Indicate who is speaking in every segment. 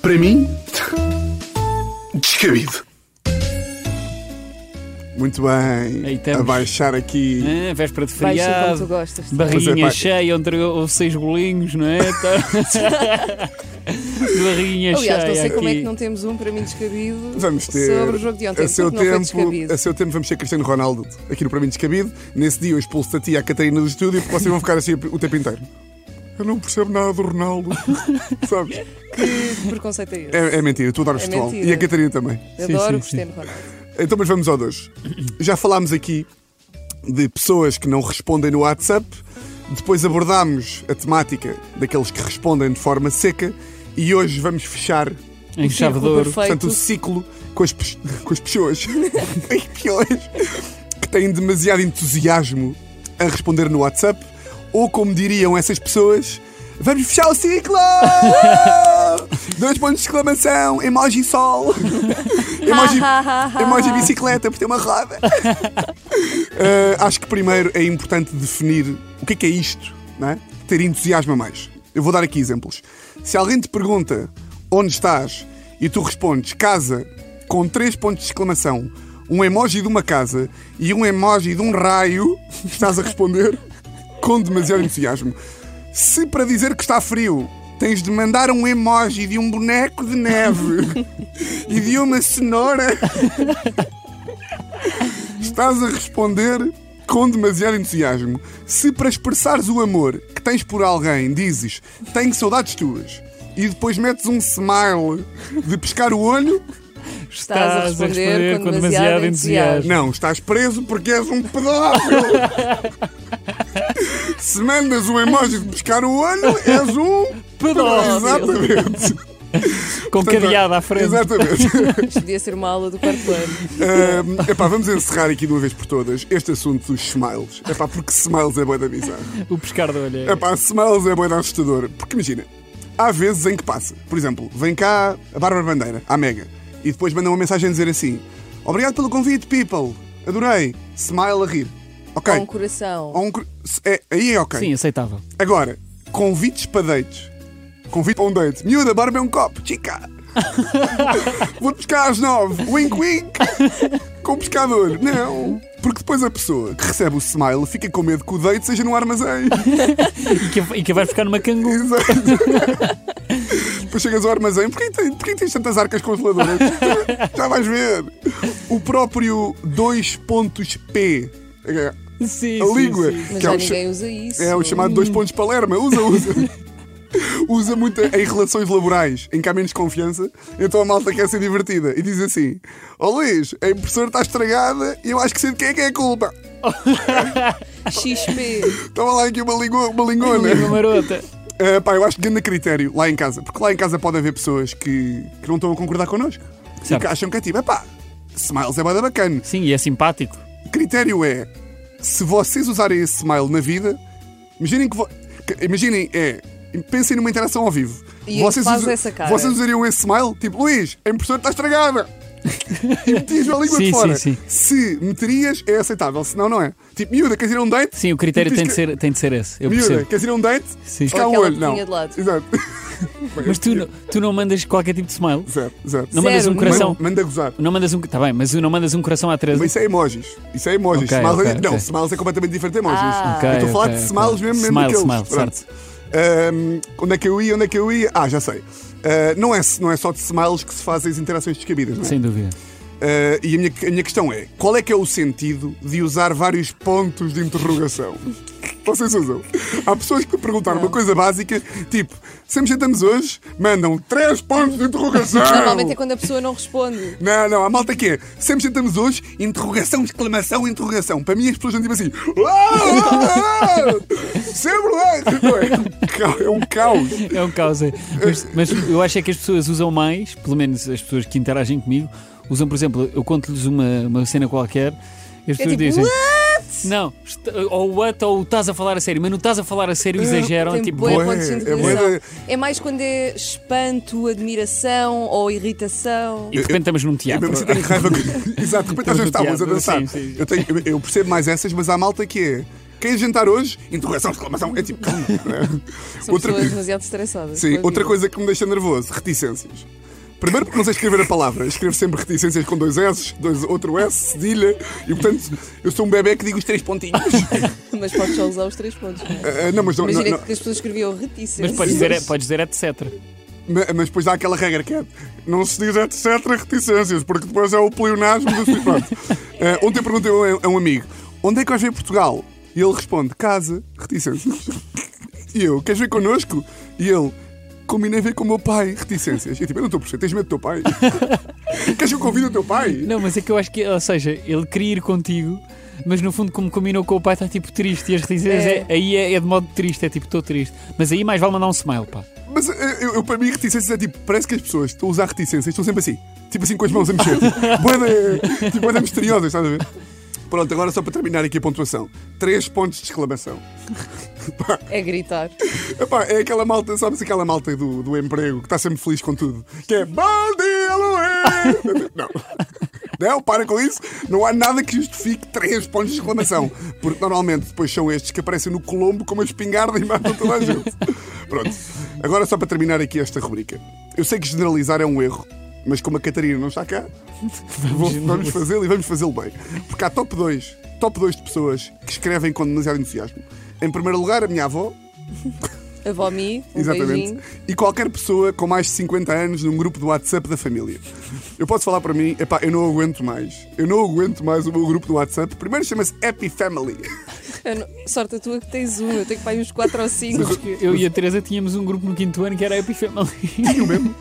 Speaker 1: Para mim, descabido.
Speaker 2: Muito bem.
Speaker 3: Aí estamos.
Speaker 2: A baixar aqui.
Speaker 3: Ah, véspera de
Speaker 4: Vai ser como tu
Speaker 3: feriado,
Speaker 4: gostas.
Speaker 2: Pois é,
Speaker 3: barriguinha
Speaker 2: pá.
Speaker 3: cheia, entre ou seis bolinhos, não é? Tá- barriguinha
Speaker 4: Aliás,
Speaker 3: cheia.
Speaker 4: não sei como é
Speaker 3: aqui.
Speaker 4: que não temos um para mim descabido
Speaker 2: Vamos ter.
Speaker 4: sobre o jogo de ontem.
Speaker 2: A seu,
Speaker 4: porque não foi
Speaker 2: tempo,
Speaker 4: descabido.
Speaker 2: a seu tempo vamos ser Cristiano Ronaldo aqui no Para mim Descabido. Nesse dia eu expulso a tia e a Catarina do estúdio porque vocês vão ficar assim o tempo inteiro. Eu não percebo nada do Ronaldo. Sabes?
Speaker 4: Que preconceito é esse?
Speaker 2: É, é mentira, tu adoras
Speaker 4: É
Speaker 2: futebol.
Speaker 4: mentira.
Speaker 2: E a Catarina também.
Speaker 4: Adoro o
Speaker 3: sim, sim.
Speaker 4: Cristiano Ronaldo.
Speaker 2: Então, mas vamos ao dois. Já falámos aqui de pessoas que não respondem no WhatsApp, depois abordámos a temática daqueles que respondem de forma seca e hoje vamos fechar,
Speaker 3: Em chave de
Speaker 4: Círculo
Speaker 3: ouro.
Speaker 4: perfeito.
Speaker 2: portanto, o ciclo com as, pes- com as pessoas as pessoas que têm demasiado entusiasmo a responder no WhatsApp, ou como diriam essas pessoas. Vamos fechar o ciclo! Dois pontos de exclamação, emoji sol, emoji, Emoji bicicleta por ter uma roda. Uh, acho que primeiro é importante definir o que é que é isto, não é? Ter entusiasmo a mais. Eu vou dar aqui exemplos. Se alguém te pergunta onde estás e tu respondes casa com três pontos de exclamação, um emoji de uma casa e um emoji de um raio, estás a responder com demasiado entusiasmo. Se para dizer que está frio tens de mandar um emoji de um boneco de neve e de uma cenoura estás a responder com demasiado entusiasmo. Se para expressares o amor que tens por alguém dizes tenho saudades tuas e depois metes um smile de pescar o olho,
Speaker 4: Estás a responder com demasiado entusiasmo.
Speaker 2: não, estás preso porque és um pedófilo. Se mandas um emoji de pescar o olho, és um
Speaker 3: Pedófilo.
Speaker 2: Exatamente.
Speaker 3: Com Um cadeado à frente.
Speaker 2: Exatamente.
Speaker 4: Isto podia ser uma aula do quarto ano.
Speaker 2: Ahm, epá, vamos encerrar aqui de uma vez por todas este assunto dos smiles. Epá, porque smiles é boa da bizarra.
Speaker 3: O pescar de olho. é-
Speaker 2: É pá, Smiles é boa assustador. Porque imagina, há vezes em que passa. Por exemplo, vem cá a Bárbara Bandeira, à Mega, e depois manda uma mensagem a dizer assim: Obrigado pelo convite, people. Adorei. Smile a rir. Ok.
Speaker 4: Com um coração.
Speaker 2: Há um cru- é, aí é ok.
Speaker 3: Sim, aceitável.
Speaker 2: Agora, convites para dates. Convite para um date. Miúda, Bárbara é um copo, chica. Vou pescar às nove. Wink, wink. Com pescador. Não. Porque depois a pessoa que recebe o smile fica com medo que o date seja no armazém.
Speaker 3: E que, e que vais pescar numa canguru.
Speaker 2: Exato. Depois chegas ao armazém, porquê, tem- porquê tens tantas arcas congeladoras? Já vais ver. O próprio 2.p, é,
Speaker 3: Sim,
Speaker 2: a
Speaker 3: sim,
Speaker 2: língua,
Speaker 3: sim.
Speaker 4: Mas
Speaker 2: que é
Speaker 4: já
Speaker 2: o, cha-
Speaker 4: ninguém usa isso.
Speaker 2: é o chamado 2 pontos Palerma, usa, usa. Usa muito em relações laborais, em que há menos confiança, então a malta quer ser divertida e diz assim: Ó Luís, a impressora está estragada e eu acho que sei de quem é que é a culpa.
Speaker 4: XP.
Speaker 2: Estava lá aqui uma, lingo, uma lingona.
Speaker 3: Língua marota.
Speaker 2: Uh, pá, eu acho que grande critério lá em casa, porque lá em casa pode haver pessoas que, que não estão a concordar connosco e
Speaker 3: Certo.
Speaker 2: que acham que é tipo, pá, smiles é bada bacana.
Speaker 3: Sim, e é simpático.
Speaker 2: Critério é, se vocês usarem esse smile na vida, imaginem que. vo- que- Imaginem, é. Pensem numa interação ao vivo.
Speaker 4: E ele faz essa cara.
Speaker 2: vocês usariam esse smile? Tipo, Luís, a impressora está estragada! e metias a língua
Speaker 3: Sim,
Speaker 2: de fora.
Speaker 3: sim, sim.
Speaker 2: Se meterias, é aceitável, senão não é. Tipo, miúda, queres ir a um date?
Speaker 3: Sim, o critério
Speaker 2: Tipo,
Speaker 3: tem de
Speaker 2: isto-
Speaker 3: ser, tem de ser esse. Eu
Speaker 2: Miúda,
Speaker 3: percebo.
Speaker 2: queres ir a um date?
Speaker 3: Sim.
Speaker 2: Pescar
Speaker 4: Ou
Speaker 2: o
Speaker 4: aquela
Speaker 2: olho, não.
Speaker 4: boquinha de lado.
Speaker 2: Exato.
Speaker 3: Mas tu, não- tu não mandas qualquer tipo de smile.
Speaker 2: Zero, zero.
Speaker 3: Não mandas
Speaker 4: Zero,
Speaker 3: um coração.
Speaker 2: Manda, manda gozar.
Speaker 3: Não mandas um. Tá bem, mas não mandas um coração à Teresa.
Speaker 2: Mas isso é emojis. Isso é emojis.
Speaker 3: Ok,
Speaker 2: smiles é...
Speaker 3: ok,
Speaker 2: Não,
Speaker 3: ok.
Speaker 2: smiles é completamente diferente de emojis.
Speaker 4: Ah.
Speaker 3: Ok,
Speaker 2: eu estou a falar
Speaker 3: ok,
Speaker 2: de smiles
Speaker 3: ok.
Speaker 2: mesmo, mesmo
Speaker 3: Smile,
Speaker 2: daqueles.
Speaker 3: smile,
Speaker 2: Pronto.
Speaker 3: certo.
Speaker 2: Ahm, onde é que eu ia? Onde é que eu ia? Ah, já sei. Ah, não, é, não é só de smiles que se fazem as interações descabidas, não é?
Speaker 3: Sem dúvida.
Speaker 2: Ah, e a minha, a minha questão é: qual é que é o sentido de usar vários pontos de interrogação? Vocês usam? Há pessoas que me perguntaram uma coisa básica, tipo, sempre jantamos hoje, mandam três pontos de interrogação.
Speaker 4: Normalmente é quando a pessoa não responde.
Speaker 2: Não, não, a malta que é. Sempre sentamos hoje, interrogação, exclamação, interrogação. Para mim as pessoas vão tipo assim. "Uau, uau, uau." Sempre lá. Não é? um caos, É um caos.
Speaker 3: É um caos. é. Mas, mas eu acho é que as pessoas usam mais, pelo menos as pessoas que interagem comigo, usam, por exemplo, eu conto-lhes uma, uma cena qualquer e as
Speaker 4: É
Speaker 3: pessoas
Speaker 4: tipo,
Speaker 3: dizem.
Speaker 4: what?
Speaker 3: Não, est- ou what, ou estás a falar a sério, mas não estás a falar a sério, exageram,
Speaker 4: Tem
Speaker 3: tipo,
Speaker 4: bué
Speaker 2: bué,
Speaker 4: pontos de
Speaker 2: é
Speaker 4: interrogação.
Speaker 2: bué
Speaker 4: É mais quando é espanto, admiração ou irritação.
Speaker 3: e de repente estamos num
Speaker 2: E
Speaker 3: teatro.
Speaker 2: mesmo assim tenho raiva. que- Exato, de repente nós já estávamos a dançar.
Speaker 3: Sim, sim.
Speaker 2: Eu, tenho- eu- eu percebo mais essas, mas há malta que é. Quem jantar hoje? Interrogação, exclamação. É tipo, calma.
Speaker 4: São pessoas demasiado estressadas.
Speaker 2: Sim,
Speaker 4: pela
Speaker 2: outra
Speaker 4: vida.
Speaker 2: coisa que me deixa nervoso, reticências. Primeiro porque não sei escrever a palavra, escrevo sempre reticências com dois S, dois, outro S, cedilha, e portanto eu sou um bebê que digo os três pontinhos.
Speaker 4: Mas podes só usar os três pontos. não é?
Speaker 2: Ah, não, mas não, não,
Speaker 4: Imagina
Speaker 2: não.
Speaker 4: que as pessoas escreviam reticências.
Speaker 3: Mas podes dizer, é- podes dizer etc.
Speaker 2: Ma- Mas depois há aquela regra que é não se diz etc reticências, porque depois é o pleonasmo do sujeito. Pronto. Eh, ontem perguntei a um- a um amigo: onde é que vais ver Portugal? E ele responde: casa, reticências. E eu: queres ver connosco? E ele: combinei ver com o meu pai, reticências. E eu tipo: eu não estou a perceber, tens medo do teu pai? queres que eu convide o teu pai?
Speaker 3: Não, mas é que eu acho que, ou seja, ele queria ir contigo, mas no fundo, como combinou com o pai, está tipo triste. E as reticências
Speaker 4: É.
Speaker 3: é- aí é, é de modo triste, é tipo, estou triste. Mas aí mais vale mandar um smile, pá.
Speaker 2: Mas eh, eu, eu, para mim, reticências é tipo: parece que as pessoas estão a usar reticências, estão sempre assim, tipo assim com as mãos a mexer. Tipo, boeda, tipo, boeda misteriosas, estás a ver? Pronto, agora só para terminar aqui a pontuação: três pontos de exclamação.
Speaker 4: É gritar.
Speaker 2: Epá, é aquela malta, sabes aquela malta do, do emprego que está sempre feliz com tudo? Que é Bom dia, Luís! Não. Não, para com isso. Não há nada que justifique três pontos de exclamação. Porque normalmente depois são estes que aparecem no Colombo com uma espingarda e matam toda a gente. Pronto. Agora só para terminar aqui esta rubrica. Eu sei que generalizar é um erro, mas como a Catarina não está cá, vou- vamos fazê-lo e vamos fazê-lo bem. Porque há top 2, top 2 de pessoas que escrevem com demasiado entusiasmo. Em primeiro lugar, a minha avó,
Speaker 4: A vomi, um
Speaker 2: Exatamente.
Speaker 4: beijinho.
Speaker 2: E qualquer pessoa com mais de 50 anos num grupo do WhatsApp da família. Eu posso falar para mim, epá, eu não aguento mais. Eu não aguento mais o meu grupo do WhatsApp. Primeiro chama-se Happy Family.
Speaker 4: Eu não- Sorte a tua que tens um, eu tenho que para aí uns 4 ou 5.
Speaker 3: Sabes que Eu e a Teresa tínhamos um grupo no quinto ano que era a Happy Family.
Speaker 2: Tinha o mesmo.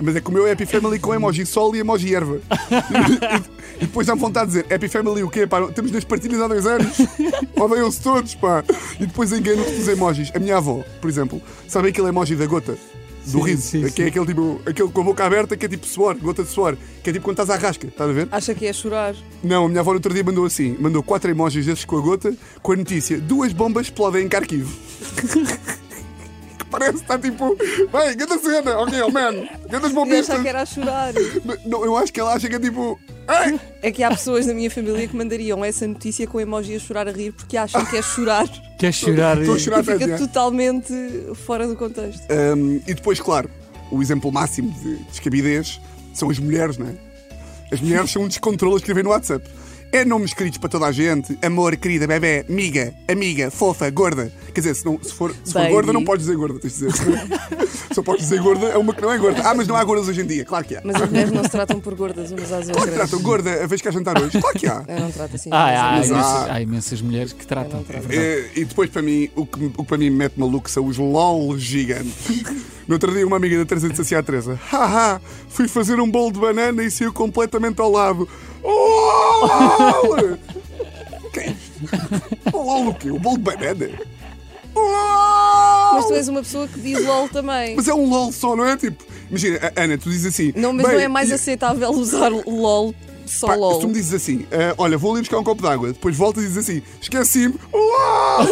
Speaker 2: Mas é que o meu é Happy Family com emoji sol e emoji erva. E, e depois dá-me vontade de dizer Happy Family o quê? Pá, temos nas partilhas há dois anos. Odeiam-se todos, pá. E depois engano-te dos emojis. A minha avó, por exemplo, sabe aquele emoji da gota? Do
Speaker 3: Sim,
Speaker 2: riso,
Speaker 3: sim,
Speaker 2: que
Speaker 3: sim.
Speaker 2: é aquele tipo, aquele com a boca aberta que é tipo suor, gota de suor, que é tipo quando estás à rasca, estás a ver?
Speaker 4: Acha que é chorar?
Speaker 2: Não, a minha avó no outro dia mandou assim: mandou quatro emojis desses com a gota, com a notícia: duas bombas explodem em Kharkiv. que parece que está tipo, bem, ganda cena, ok, oh man, gandas
Speaker 4: Eu
Speaker 2: bombas.
Speaker 4: achava que era a chorar.
Speaker 2: Não, eu acho que ela acha que é tipo, ai,
Speaker 4: É que há pessoas na minha família que mandariam essa notícia com emoji a chorar a rir porque acham que é chorar.
Speaker 3: Queres chorar?
Speaker 2: estou a chorar
Speaker 4: E
Speaker 2: atrás de
Speaker 4: fica
Speaker 2: ar.
Speaker 4: totalmente fora do contexto.
Speaker 2: Hum, E depois, claro, o exemplo máximo de descabidez são as mulheres, não é? As mulheres são um descontrole a escrever no WhatsApp. É nomes escritos para toda a gente. Amor, querida, bebê, amiga, amiga, fofa, gorda. Quer dizer, se, não, se for, se for
Speaker 4: Baby.
Speaker 2: gorda, não podes dizer gorda, tens de dizer. Só podes dizer gorda a uma que não é gorda. Ah, mas não há gordas hoje em dia, claro que há.
Speaker 4: Mas as mulheres não se tratam por gordas umas
Speaker 2: Claro
Speaker 4: às
Speaker 2: que
Speaker 4: outras.
Speaker 2: tratam gorda a vez que há jantar hoje, claro que há.
Speaker 4: Eu não trato assim.
Speaker 3: Ah, há, há,
Speaker 2: Mas
Speaker 4: Mas-
Speaker 3: imensas,
Speaker 2: há.
Speaker 3: há imensas mulheres que tratam.
Speaker 2: Eh, E depois, para mim, o que, o que para mim me mete maluco são os LOL gigantes. No outro dia, uma amiga da Teresa disse assim à Teresa: Haha, fui fazer um bolo de banana e saiu completamente ao lado. Oh, LOL! que é isto? Oh, LOL o quê? O bolo de banana? Oh!
Speaker 4: Mas tu és uma pessoa que diz LOL também.
Speaker 2: Mas é um LOL só, não é? Tipo, imagina, a- Ana, tu dizes assim.
Speaker 4: Não, mas
Speaker 2: "Bem,
Speaker 4: não é mais
Speaker 2: e-
Speaker 4: aceitável usar LOL só
Speaker 2: Pá, se
Speaker 4: LOL.
Speaker 2: tu me dizes assim, "Ah, olha, vou ali buscar um copo de água, depois voltas e dizes assim, esqueci-me, uau!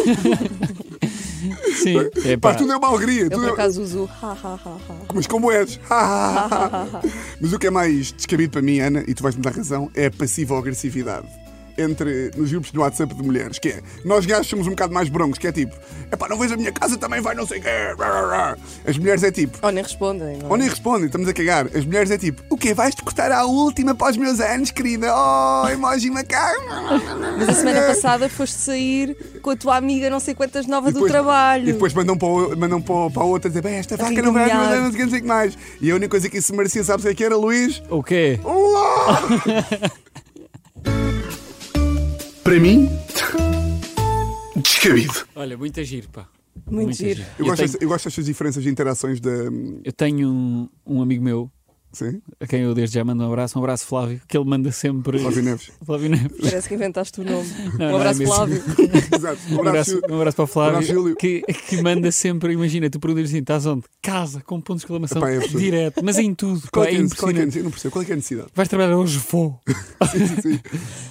Speaker 3: Sim, é
Speaker 2: Pá,
Speaker 3: pá.
Speaker 2: tudo é uma alegria.
Speaker 4: Eu
Speaker 2: tudo
Speaker 4: por
Speaker 2: é-
Speaker 4: acaso uso ha ha ha ha.
Speaker 2: Mas como és? Mas o que é mais descabido para mim, Ana, e tu vais-me dar razão, é a passiva agressividade. Entre, nos grupos do WhatsApp de mulheres, que é nós gajos somos um bocado mais broncos, que é tipo, epá, não vês a minha casa, também vai não sei o quê. As mulheres é tipo,
Speaker 4: Oh, nem respondem. não é?
Speaker 2: ou nem respondem, estamos a cagar. As mulheres é tipo, o quê? Vais-te cortar à última para os meus anos, querida? Oh, emoji macaco.
Speaker 4: Mas a semana passada foste sair com a tua amiga não sei quantas nova do trabalho.
Speaker 2: E depois mandam para, o- mandam para, o- para a outra dizer, bem, esta vaca não vai aos meus
Speaker 4: humilhar.
Speaker 2: anos, não sei o que mais. E a única coisa que isso merecia, sabes o que é que era, Luís?
Speaker 3: O quê?
Speaker 2: Para mim, descabido.
Speaker 3: Olha, muito giro, pá.
Speaker 4: Muito giro.
Speaker 2: Eu,
Speaker 3: Eu
Speaker 2: gosto,
Speaker 3: tenho,
Speaker 2: desta- eu gosto destas diferenças de interações da.
Speaker 3: eu tenho um, um amigo meu,
Speaker 2: Sim?
Speaker 3: a quem eu desde já mando um abraço, um abraço Flávio, que ele manda sempre.
Speaker 2: Flávio Neves.
Speaker 3: Flávio Neves.
Speaker 4: Parece que inventaste o nome.
Speaker 3: Não,
Speaker 4: um
Speaker 3: não,
Speaker 4: abraço,
Speaker 3: é mesmo.
Speaker 4: Flávio.
Speaker 2: Exato. Um
Speaker 3: Um abraço,
Speaker 2: abraço.
Speaker 3: um abraço para o Flávio,
Speaker 2: abraço, Júlio.
Speaker 3: que, que manda sempre, imagina, tu perguntas assim, estás onde? Casa, com ponto de exclamação,
Speaker 2: Epá, é absurdo.
Speaker 3: direto, mas em tudo,
Speaker 2: Qual
Speaker 3: pá,
Speaker 2: é,
Speaker 3: é
Speaker 2: que é, a- qual é que é a
Speaker 3: impressionante.
Speaker 2: necessidade? Eu não percebo. Qual é que é a necessidade?
Speaker 3: Vais trabalhar hoje, vou.
Speaker 2: Sim, sim, sim.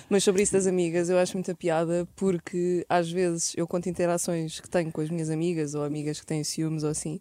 Speaker 4: Mas sobre isso das amigas, eu acho muita piada porque às vezes eu conto interações que tenho com as minhas amigas ou amigas que têm ciúmes ou assim.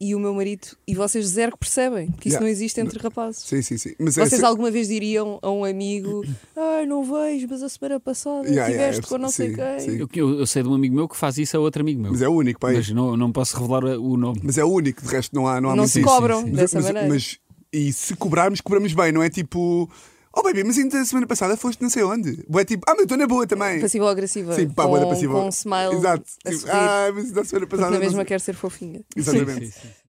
Speaker 4: e o meu marido, e vocês zero que percebem que isso
Speaker 2: Yeah.
Speaker 4: não existe entre rapazes.
Speaker 2: Sim, sim, sim. Mas é
Speaker 4: Vocês
Speaker 2: essa-
Speaker 4: alguma vez diriam a um amigo: Ai, não vejo, mas a semana passada
Speaker 2: Yeah, yeah,
Speaker 4: estiveste
Speaker 2: é-
Speaker 4: com não sei
Speaker 2: sim,
Speaker 4: quem.
Speaker 2: sim.
Speaker 3: Eu, eu- eu sei de um amigo meu que faz isso a outro amigo meu.
Speaker 2: Mas é o único, pai.
Speaker 3: Mas não, não posso revelar o nome.
Speaker 2: Mas é o único, de resto não há Não, há
Speaker 4: Não
Speaker 2: muito
Speaker 4: se
Speaker 2: isso.
Speaker 4: cobram
Speaker 2: Mas-
Speaker 4: dessa
Speaker 2: mas,
Speaker 4: maneira.
Speaker 2: Mas, e se cobrarmos, cobramos bem, não é tipo. Oh, baby, mas ainda semana passada foste não sei onde. Ou é tipo, ah, mas eu estou na boa também.
Speaker 4: Passiva ou agressiva?
Speaker 2: Sim, pá,
Speaker 4: com,
Speaker 2: boa da passiva.
Speaker 4: com um smile.
Speaker 2: Exato.
Speaker 4: A
Speaker 2: Tipo,
Speaker 4: sorrir,
Speaker 2: ah, mas da semana
Speaker 4: porque
Speaker 2: passada.
Speaker 4: na
Speaker 2: não
Speaker 4: mesma
Speaker 2: sei-
Speaker 4: quer ser fofinha.
Speaker 2: Exatamente.
Speaker 3: Sim, sim, sim.